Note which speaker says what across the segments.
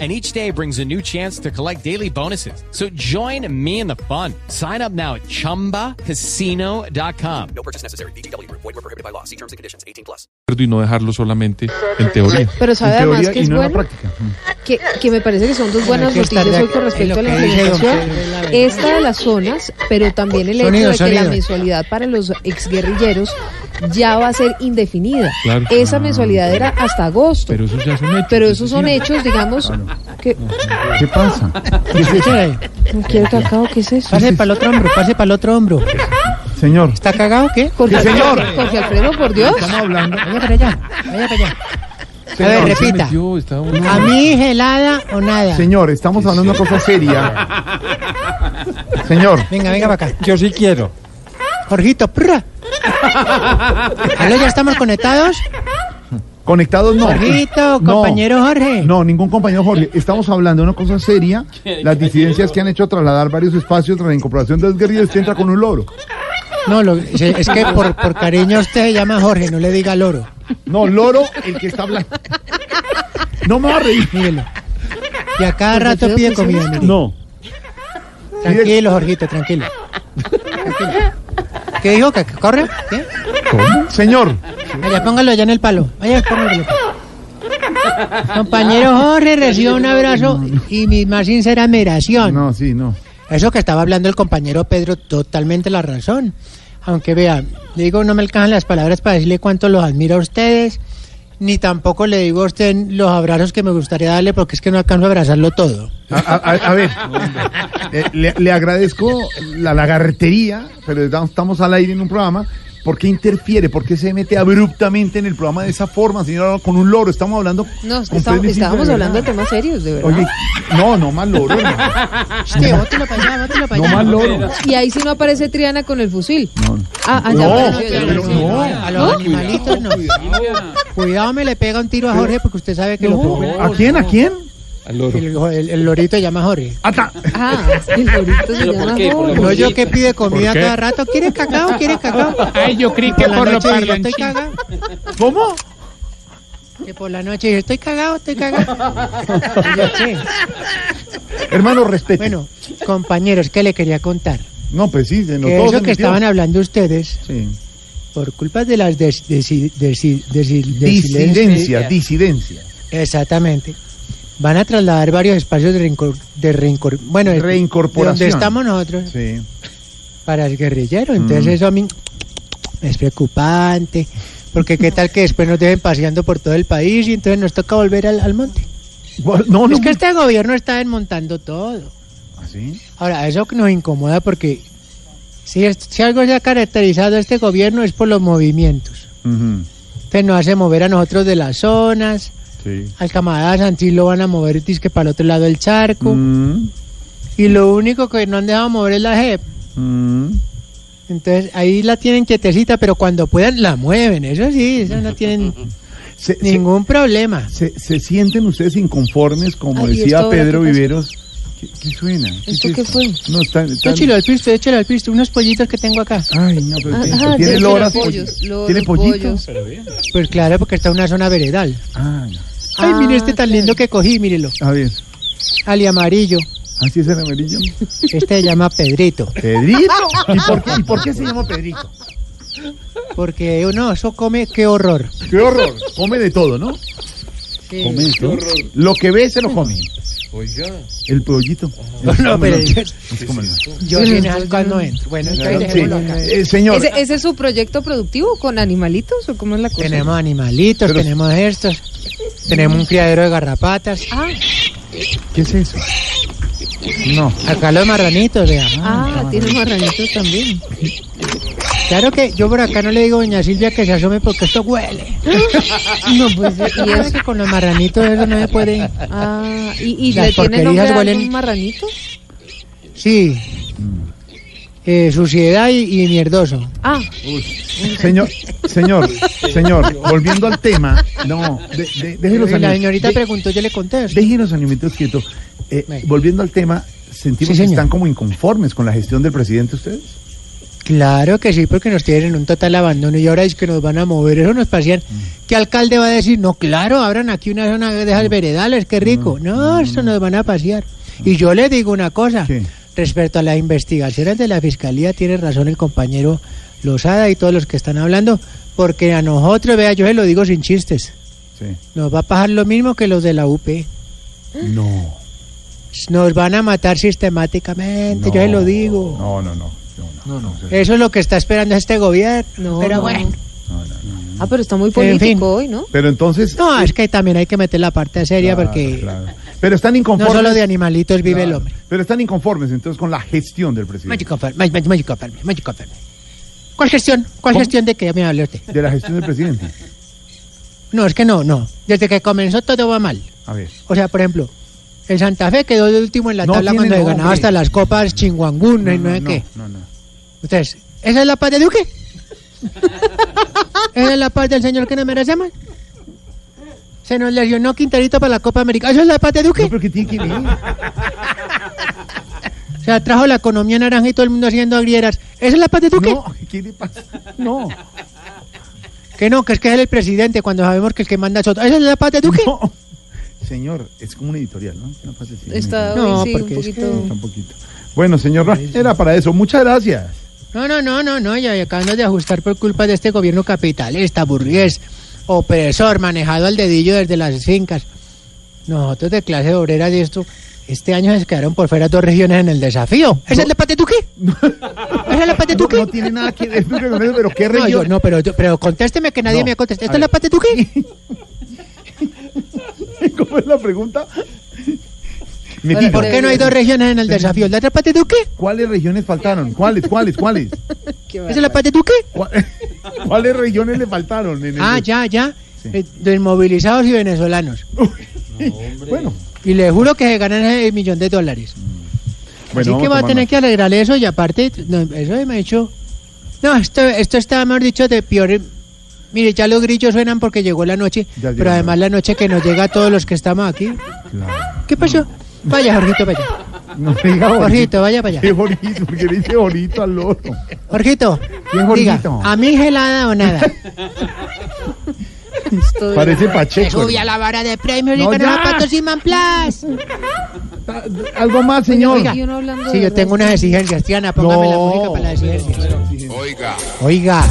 Speaker 1: and each day brings a new chance to collect daily bonuses. So join me in the fun. Sign up now at ChumbaCasino.com.
Speaker 2: No purchase necessary. BGW. Void were prohibited by law. See terms and conditions. 18 plus.
Speaker 3: y no dejarlo solamente en teoría.
Speaker 4: Pero sabe
Speaker 5: en
Speaker 4: además
Speaker 5: teoría
Speaker 4: que
Speaker 5: y
Speaker 4: es
Speaker 5: no en la
Speaker 4: bueno,
Speaker 5: práctica.
Speaker 4: que, que me parece que son dos buenas
Speaker 5: que estar
Speaker 4: noticias
Speaker 5: de
Speaker 4: hoy con respecto
Speaker 5: acuerdo en
Speaker 4: a
Speaker 5: lo
Speaker 4: la
Speaker 5: que dice don
Speaker 4: implementación,
Speaker 5: Pedro.
Speaker 4: esta de las zonas, pero también el hecho
Speaker 5: Sonido,
Speaker 4: de que la
Speaker 5: sonido.
Speaker 4: mensualidad para los exguerrilleros ya va a ser indefinida.
Speaker 3: Claro.
Speaker 5: Ah,
Speaker 4: Esa mensualidad era hasta agosto,
Speaker 3: Pero
Speaker 4: pero,
Speaker 3: eso ya es un hecho.
Speaker 4: esos son hechos, digamos, que...
Speaker 5: ¿Qué pasa?
Speaker 4: No quiero cacao, ¿qué es eso?
Speaker 6: Pase para el otro hombro, pase para el otro hombro.
Speaker 5: Señor,
Speaker 6: ¿Está cagado o qué?
Speaker 4: Jorge,
Speaker 5: Sí,
Speaker 4: Alfredo,
Speaker 5: señor.
Speaker 4: Jorge Alfredo, por Dios.
Speaker 5: estamos hablando.
Speaker 6: Vaya para allá, vaya para allá.
Speaker 5: Señor,
Speaker 6: a ver,
Speaker 5: se
Speaker 6: repita.
Speaker 3: Yo estaba
Speaker 6: ¿A mí gelada o nada?
Speaker 5: Señor, estamos hablando de una cosa seria. Señor,
Speaker 6: Venga, venga para acá. Yo sí quiero. Jorgito, prrra. ¿Aló, ya estamos conectados?
Speaker 5: conectados no.
Speaker 6: Jorgito,
Speaker 5: No,
Speaker 6: compañero Jorge.
Speaker 5: No, ningún compañero Jorge. Estamos hablando de una cosa seria. Las disidencias que han hecho trasladar varios espacios tras la incorporación de los guerrillas que entra con un loro.
Speaker 6: No, lo- se- es que por, por cariño usted se llama Jorge, no le diga loro.
Speaker 5: No, loro el que está hablando. No me va a reír.
Speaker 6: Mírelo. Y a cada
Speaker 4: Jorge,
Speaker 6: rato
Speaker 4: Pues creo
Speaker 6: pide
Speaker 4: que
Speaker 6: comida.
Speaker 4: sí.
Speaker 6: mire.
Speaker 5: No.
Speaker 6: Tranquilo, Jorgito, tranquilo. Tranquilo. ¿Qué dijo? ¿Que que corra? ¿Qué?
Speaker 5: Señor,
Speaker 6: Allá, póngalo allá en el palo. Allá, póngalo. en el palo. Compañero Jorge, recibo un abrazo y mi más sincera admiración.
Speaker 5: no, sí, no.
Speaker 6: Eso que estaba hablando el compañero Pedro, totalmente la razón. Aunque vea, le digo, no me alcanzan las palabras para decirle cuánto los admiro a ustedes, ni tampoco le digo a usted los abrazos que me gustaría darle, porque es que no alcanzo a abrazarlo todo.
Speaker 5: A, a- a- a ver, eh, le, le agradezco la lagartería, pero estamos- estamos al aire en un programa. ¿Por qué interfiere? ¿Por qué se mete abruptamente en el programa de esa forma, señora? Con un loro, estamos hablando.
Speaker 4: No,
Speaker 5: con
Speaker 4: estábamos,
Speaker 5: Félix y
Speaker 4: estábamos
Speaker 5: Federer.
Speaker 4: hablando de temas serios, de verdad.
Speaker 5: Oye, no, no más loro, hermano.
Speaker 6: Hostia, bótelo para allá, bótelo para
Speaker 5: no
Speaker 6: allá.
Speaker 5: más loro.
Speaker 4: Y ahí sí no aparece Triana con el fusil. Ah, ah, ya
Speaker 5: No,
Speaker 4: apareció, ya
Speaker 5: pero
Speaker 4: apareció.
Speaker 5: no.
Speaker 6: A los animalitos no. Cuidado, me le pega un tiro a Jorge porque usted sabe que lo
Speaker 5: No, ¿A quién? ¿A quién?
Speaker 6: El, el- el lorito se llama Jorge.
Speaker 5: Ata.
Speaker 4: Ah, el lorito se llama Jorge.
Speaker 6: No yo que pide comida cada rato. ¿Quieres cacao? ¿Quieres cacao?
Speaker 7: Ay, yo creí que
Speaker 6: Que por la
Speaker 7: por lo
Speaker 6: noche digo, estoy
Speaker 7: parlanchín.
Speaker 6: cagado.
Speaker 5: ¿Cómo?
Speaker 6: Que por la noche digo, estoy cagado, estoy cagado. Y yo, "Che".
Speaker 5: Hermano, respeto.
Speaker 6: Bueno, compañeros, ¿qué le quería contar?
Speaker 5: no, pues sí, de
Speaker 6: Que
Speaker 5: nosotros.
Speaker 6: eso que estaban hablando ustedes,
Speaker 5: Sí.
Speaker 6: por culpa de las des- desi- desi- desi- desilencias-
Speaker 5: Disidencia, disidencia.
Speaker 6: Exactamente. Van a trasladar varios espacios de, reincor- de reincor- bueno, de-
Speaker 5: Reincorporación.
Speaker 6: de donde estamos nosotros
Speaker 5: Sí.
Speaker 6: para el guerrillero.
Speaker 5: Mm.
Speaker 6: Entonces eso a mí es preocupante, porque qué tal que después nos dejen paseando por todo el país y entonces nos toca volver al, al monte.
Speaker 5: Bueno, No, no.
Speaker 6: Es que este gobierno está desmontando todo.
Speaker 5: ¿Ah, sí?
Speaker 6: Ahora, eso nos incomoda porque si, es- si algo se ha caracterizado a este gobierno es por los movimientos.
Speaker 5: Ujú,
Speaker 6: Entonces nos hace mover a nosotros de las zonas,
Speaker 5: Sí.
Speaker 6: al camarada Santi lo van a mover disque para el otro lado del charco.
Speaker 5: Mm,
Speaker 6: Y lo único que no han dejado mover es la E JEP.
Speaker 5: mm.
Speaker 6: Entonces ahí la tienen quietecita, pero cuando puedan la mueven. Eso sí, eso no tienen
Speaker 5: Se- se-
Speaker 6: ningún problema.
Speaker 5: ¿Se, se sienten ustedes inconformes, como
Speaker 4: Ay, ¿y esto
Speaker 5: decía
Speaker 4: ahora
Speaker 5: Pedro
Speaker 4: qué pasa?
Speaker 5: Viveros? ¿Qué, qué suena? es
Speaker 4: ¿Esto qué
Speaker 5: esto?
Speaker 4: fue?
Speaker 5: No, está, está-
Speaker 6: Échalo al pisto, échalo al pisto. Unos pollitos que tengo acá.
Speaker 5: Ay, no, pero
Speaker 4: Ah,
Speaker 5: tiene,
Speaker 4: ah,
Speaker 5: ¿tiene
Speaker 4: sí,
Speaker 5: loras,
Speaker 4: tiene
Speaker 5: pollo?
Speaker 4: pollos, loros,
Speaker 5: ¿Tiene pollitos?
Speaker 6: Pues claro, porque está en una zona veredal.
Speaker 5: Ah,
Speaker 6: Ay,
Speaker 4: Ah,
Speaker 6: mire este tan lindo que cogí, mírelo.
Speaker 5: a ver,
Speaker 6: Ali amarillo.
Speaker 5: ¿así es el amarillo?
Speaker 6: Este se llama Pedrito.
Speaker 5: ¿Pedrito? ¿Y por, qué, ¿Y por qué se llama Pedrito?
Speaker 6: Porque uno, eso come, qué horror.
Speaker 5: ¡Qué horror! Come de todo, ¿no?
Speaker 4: Eh,
Speaker 5: Come de todo. Lo que ve se lo come. El pollito.
Speaker 4: Ah.
Speaker 6: No, pero yo,
Speaker 5: Es como-
Speaker 6: yo sin esas cosas no entro. Bueno, entonces
Speaker 5: Sí.
Speaker 6: dejémoslo acá.
Speaker 5: Eh, señor,
Speaker 4: ¿Ese, ese es su proyecto productivo con animalitos o cómo es la cosa?
Speaker 6: Tenemos animalitos,
Speaker 5: Pero-
Speaker 6: tenemos estos. Tenemos un criadero de garrapatas.
Speaker 4: Ah,
Speaker 5: ¿qué es eso? No.
Speaker 6: Acá los marranitos, vea.
Speaker 4: ah, tiene marranitos también.
Speaker 6: Claro que yo por acá no le digo a doña Silvia que se asome porque esto huele.
Speaker 4: No, pues, y
Speaker 6: Y es que con los marranitos eso no se puede.
Speaker 4: Ah, ¿y, y
Speaker 6: Las
Speaker 4: le tiene
Speaker 6: porquerías
Speaker 4: nombre a
Speaker 6: huelen-
Speaker 4: algún marranito?
Speaker 6: Sí. eh, suciedad y, y mierdoso.
Speaker 4: Ah,
Speaker 5: Señor, señor, señor, volviendo al tema, no, de, de- deje los
Speaker 6: Y la
Speaker 5: animales-
Speaker 6: señorita
Speaker 5: de-
Speaker 6: preguntó, yo le contesto.
Speaker 5: deje los alimentos quietos. Eh,
Speaker 6: Venga.
Speaker 5: volviendo al tema, sentimos
Speaker 6: Sí,
Speaker 5: que
Speaker 6: señor.
Speaker 5: están como inconformes con la gestión del presidente ustedes.
Speaker 6: Claro que sí, porque nos tienen en un total abandono y ahora es que nos van a mover. Eso nos parecían.
Speaker 5: Mm.
Speaker 6: ¿Qué alcalde va a decir? No, claro, abran aquí una zona de esas veredales, qué rico.
Speaker 5: Mm.
Speaker 6: No, eso nos van a pasear. Y yo le digo una cosa.
Speaker 5: ¿Qué?
Speaker 6: Respecto a las investigaciones de la fiscalía, tiene razón el compañero Lozada y todos los que están hablando, porque a nosotros, vea, yo se lo digo sin chistes,
Speaker 5: Sí.
Speaker 6: nos va a pasar lo mismo que los de la UP.
Speaker 5: No.
Speaker 6: Nos van a matar sistemáticamente, yo se lo digo.
Speaker 5: No, no, no. No, no. no, no.
Speaker 6: Eso es lo que está esperando este gobierno.
Speaker 4: no.
Speaker 6: pero
Speaker 4: no.
Speaker 6: bueno.
Speaker 4: Ah, pero está muy
Speaker 6: En fin.
Speaker 4: político hoy, ¿no?
Speaker 5: Pero entonces.
Speaker 6: No, es que también hay que meter la parte seria
Speaker 5: Claro,
Speaker 6: porque
Speaker 5: claro. Pero están
Speaker 6: no
Speaker 5: inconformes.
Speaker 6: solo de animalitos vive el
Speaker 5: Claro.
Speaker 6: hombre.
Speaker 5: Pero están inconformes entonces con la gestión del presidente.
Speaker 6: Magic confirm, magic, magic, magic confirm, magic confirm. ¿Cuál gestión? ¿Cuál
Speaker 5: ¿Cómo?
Speaker 6: gestión de que ya me habló usted?
Speaker 5: De la gestión del presidente.
Speaker 6: No, es que no, no. Desde que comenzó todo va mal.
Speaker 5: A ver.
Speaker 6: O sea, por ejemplo, el Santa Fe quedó de último en la
Speaker 5: No
Speaker 6: tabla
Speaker 5: tiene
Speaker 6: cuando le
Speaker 5: nombre.
Speaker 6: ganaba hasta las copas Chinguangún y no, sé
Speaker 5: no,
Speaker 6: qué.
Speaker 5: no, no.
Speaker 6: Ustedes, ¿esa es la paz de Duque? ¿Esa es la paz del señor que nos merecemos? Se nos lesionó Quinterito para la Copa América. ¿Eso es la paz de Duque?
Speaker 5: No, pero que tiene que ver.
Speaker 6: O sea, trajo la economía naranja y todo el mundo haciendo agrieras. ¿Esa es la paz de Duque?
Speaker 5: No, ¿qué le pasa? No,
Speaker 6: Que no, que es que es el presidente cuando sabemos que el que manda es otro. ¿Esa es la paz de Duque?
Speaker 5: no. Señor, es como un editorial, ¿no? No pasa así.
Speaker 4: Está
Speaker 6: No,
Speaker 4: hoy sí, un
Speaker 6: porque es
Speaker 4: poquito...
Speaker 5: Un poquito. Bueno, señor, Ra- era para eso. Muchas gracias.
Speaker 6: No, no, no, no, no. Ya ya acabamos de ajustar por culpa de este gobierno capitalista, burgués, opresor, manejado al dedillo desde las fincas. Nosotros de clase obrera de esto, este año se quedaron por fuera dos regiones en el desafío. ¿Esa es la paz de Duque? ¿Esa es la paz de
Speaker 5: No,
Speaker 6: Duque?
Speaker 5: no tiene nada que ver Duque con eso, pero qué
Speaker 6: No, yo-
Speaker 5: región.
Speaker 6: no, pero, yo- pero contésteme que nadie
Speaker 5: No,
Speaker 6: me ha contestado.
Speaker 5: a
Speaker 6: ¿Esta es la
Speaker 5: ver.
Speaker 6: paz de Duque?
Speaker 5: ¿Cómo es la pregunta? Me
Speaker 4: Ahora,
Speaker 5: diga,
Speaker 6: ¿Por qué no hay dos regiones en el desafío? ¿La otra parte de Duque?
Speaker 5: ¿Cuáles regiones faltaron? ¿Cuáles, cuáles, cuáles?
Speaker 6: ¿Esa es la parte de Duque?
Speaker 5: ¿Cuál- ¿Cuáles regiones le faltaron? en el-
Speaker 6: Ah, ya, ya.
Speaker 5: Sí.
Speaker 6: Eh, Desmovilizados y venezolanos.
Speaker 5: Bueno,
Speaker 6: Y le juro que se ganan el millón de dólares.
Speaker 5: bueno
Speaker 6: Así que va a
Speaker 5: vamos tomar
Speaker 6: tener que alegrarle eso y aparte, no, eso me ha hecho... No, esto, esto está, mejor dicho, de peor... Mire, ya los grillos suenan porque llegó la noche,
Speaker 5: Ya llegó
Speaker 6: pero
Speaker 5: la
Speaker 6: además la noche que nos llega a todos los que estamos aquí.
Speaker 5: Claro.
Speaker 6: ¿Qué pasó?
Speaker 5: Mm.
Speaker 6: Vaya, Jorgito, vaya.
Speaker 5: No me diga
Speaker 6: Jorgito, vaya para allá.
Speaker 5: Qué bonito, porque le dice bonito al loro.
Speaker 6: Jorgito,
Speaker 5: ¿Quién es
Speaker 6: diga,
Speaker 5: Jorgito?
Speaker 6: ¿a mí gelada o nada?
Speaker 5: Parece Pacheco.
Speaker 6: Subí a la vara de premios
Speaker 5: No,
Speaker 6: y que
Speaker 5: ya.
Speaker 6: nos patrocinan Plus.
Speaker 5: Algo más, señor.
Speaker 4: Oiga, y uno hablando
Speaker 6: Sí,
Speaker 4: de
Speaker 6: yo tengo
Speaker 4: resto.
Speaker 6: unas exigencias, Tiana, póngame la
Speaker 5: No.
Speaker 6: música para las exigencias. Oiga.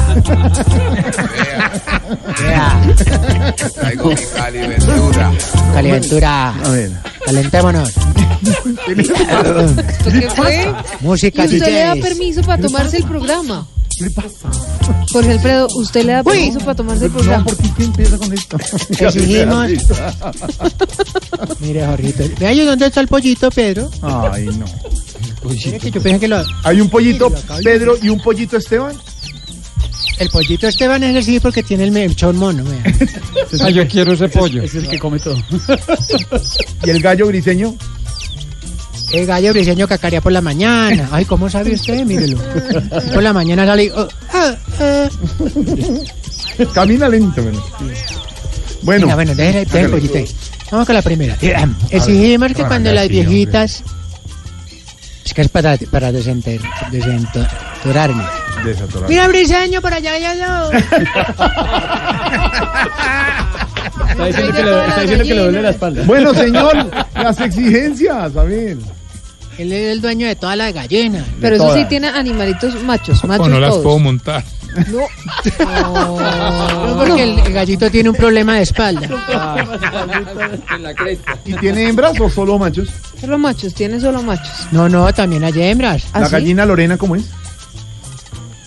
Speaker 6: Oiga. Calentura.
Speaker 5: A ver.
Speaker 6: Calentémonos.
Speaker 4: ¿Esto qué fue?
Speaker 6: Música,
Speaker 4: Y usted le da
Speaker 6: DJs.
Speaker 4: permiso para tomarse el programa.
Speaker 5: ¿Qué le pasa?
Speaker 4: Jorge Alfredo, usted le da permiso para tomarse el
Speaker 5: No,
Speaker 4: programa.
Speaker 5: ¿por qué ¿Qué empieza con esto?
Speaker 6: Exigimos. Mire, Jorgito. Vea yo dónde está el pollito, Pedro.
Speaker 5: Ay, no.
Speaker 6: Mire que yo pensé que lo-
Speaker 5: Hay un pollito Pedro y un pollito Esteban.
Speaker 6: el pollito Esteban es así porque tiene el mechón mono. vea.
Speaker 7: Ah, yo quiero ese pollo.
Speaker 5: Y el gallo griseño.
Speaker 6: El gallo briseño cacarea por la mañana. Ay, ¿cómo sabe usted? Mírelo. Por la mañana sale y... oh, ah, ah.
Speaker 5: Camina lento, bueno. Bueno,
Speaker 6: Venga, bueno, déjela- déjela el
Speaker 5: hágale.
Speaker 6: pollito ahí. Vamos con la primera. Exigimos que
Speaker 5: hágale
Speaker 6: cuando las
Speaker 5: así,
Speaker 6: viejitas... Es que es para, para desenter, desenterarme.
Speaker 5: Desatorado.
Speaker 6: Mira, briseño, por allá, allá, allá.
Speaker 7: Está diciendo que le, está diciendo que le duele la espalda.
Speaker 5: Bueno, señor, las exigencias, a ver.
Speaker 6: Él es el dueño de todas las gallinas.
Speaker 4: Pero eso sí
Speaker 5: todas.
Speaker 4: tiene animalitos machos,
Speaker 3: O
Speaker 4: machos
Speaker 3: no las puedo
Speaker 4: todos.
Speaker 3: montar.
Speaker 4: No,
Speaker 7: Ah.
Speaker 6: No, porque el, el gallito tiene un problema de espalda.
Speaker 5: ¿Y tiene hembras o solo machos?
Speaker 4: solo machos, tiene solo machos.
Speaker 6: No, no, también hay hembras.
Speaker 5: La
Speaker 4: ¿Ah, sí?
Speaker 5: gallina Lorena, ¿cómo es?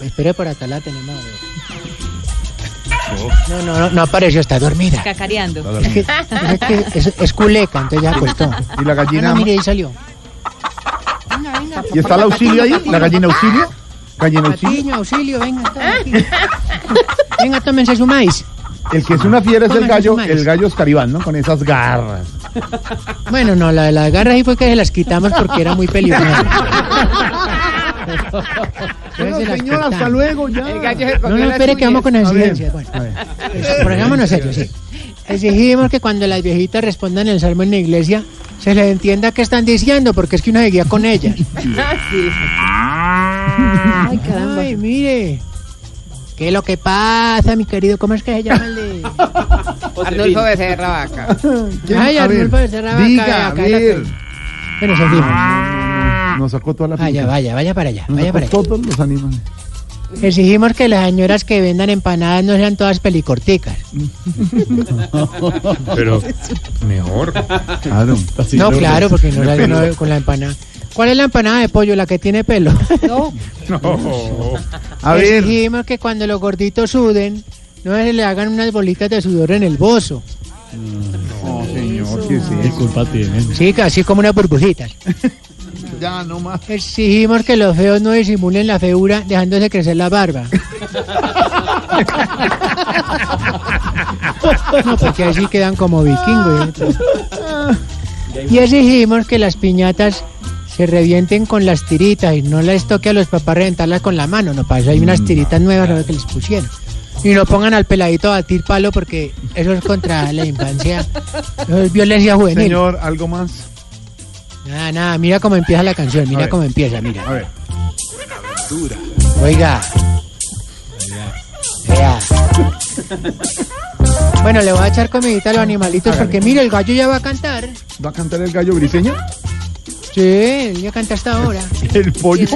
Speaker 6: Espere, por acá la tenemos. a ver. No, no, no, no apareció, está dormida.
Speaker 8: Cacareando.
Speaker 6: Es, que, es, que es- es culeca, entonces ya acostó.
Speaker 5: Y la
Speaker 6: Ah,
Speaker 5: gallina.
Speaker 6: no, mire, ahí salió.
Speaker 5: ¿Y está la auxilio ahí? ¿La gallina auxilio?
Speaker 4: Ah,
Speaker 5: Gallina auxilio.
Speaker 6: Patiño, auxilio, venga, toma,
Speaker 8: ¿Eh?
Speaker 6: auxilio. Venga, tómense su maíz.
Speaker 5: El que es una fiera es el
Speaker 6: Pónganse
Speaker 5: gallo,
Speaker 6: humanos.
Speaker 5: el gallo escaribán, ¿no? Con esas garras.
Speaker 6: Bueno, no, la de las garras ahí fue que se las quitamos porque era muy peligrosa.
Speaker 5: Bueno,
Speaker 6: Déjenlas
Speaker 5: señor,
Speaker 6: cantar.
Speaker 5: hasta luego, ya.
Speaker 8: El gallo se comió
Speaker 6: No, no,
Speaker 8: las
Speaker 6: espere que vamos
Speaker 8: uñas.
Speaker 6: con las
Speaker 5: A ver,
Speaker 6: exigencias. Bueno,
Speaker 5: a ver.
Speaker 6: eh, pongámonos serios, sí. Exigimos que cuando las viejitas respondan el salmo en la iglesia, se les entienda qué están diciendo, porque es que uno se guía con ellas.
Speaker 8: Ah,
Speaker 4: Ay, caramba.
Speaker 6: Ay, mire. ¿Qué es lo que pasa, mi querido? ¿Cómo es que se llama el de...?
Speaker 8: Arnulfo Becerra Vaca.
Speaker 5: ¿Quién?
Speaker 6: Ay,
Speaker 5: A
Speaker 6: Arnulfo
Speaker 5: ver,
Speaker 6: Becerra Vaca,
Speaker 5: Diga, a
Speaker 6: acá era
Speaker 5: ver.
Speaker 6: Bueno, seguimos.
Speaker 5: Nos sacó toda la
Speaker 6: Vaya,
Speaker 5: pinta.
Speaker 6: vaya, vaya para allá,
Speaker 5: Nos
Speaker 6: vaya para
Speaker 5: sacó
Speaker 6: allá.
Speaker 5: todos los animales.
Speaker 6: Exigimos que las señoras que vendan empanadas no sean todas pelicorticas.
Speaker 3: Pero mejor.
Speaker 5: Claro.
Speaker 6: no, claro, porque no, la- no- con la empanada. ¿Cuál es la empanada de pollo? La que tiene pelo. No.
Speaker 3: No.
Speaker 5: A ver.
Speaker 6: Exigimos que cuando los gorditos suden, no se le hagan unas bolitas de sudor en el bozo.
Speaker 5: No, señor, ¿qué es eso?
Speaker 7: Disculpa tienen.
Speaker 6: Sí, así como unas burbujitas.
Speaker 5: Ya, no más.
Speaker 6: Exigimos que los feos no disimulen la feura dejándose crecer la barba. No, porque así quedan como vikingos. ¿eh? Y exigimos que las piñatas se revienten con las tiritas y no les toque a los papás reventarlas con la mano. No pasa, hay
Speaker 5: Mm,
Speaker 6: unas tiritas nuevas ahora que les pusieron. Y no pongan al peladito a batir palo porque eso es contra la infancia. Eso es violencia juvenil.
Speaker 5: Señor, ¿algo más?
Speaker 6: Nada, nada, mira cómo empieza la canción,
Speaker 5: A
Speaker 6: mira
Speaker 5: ver.
Speaker 6: cómo empieza, mira.
Speaker 5: A ver.
Speaker 6: Oiga. Vea. Bueno, le voy a echar comidita a los animalitos porque mire, el gallo ya va a cantar.
Speaker 5: ¿Va a cantar el gallo briseño?
Speaker 6: Sí, él ya canta hasta ahora.
Speaker 5: El pollo.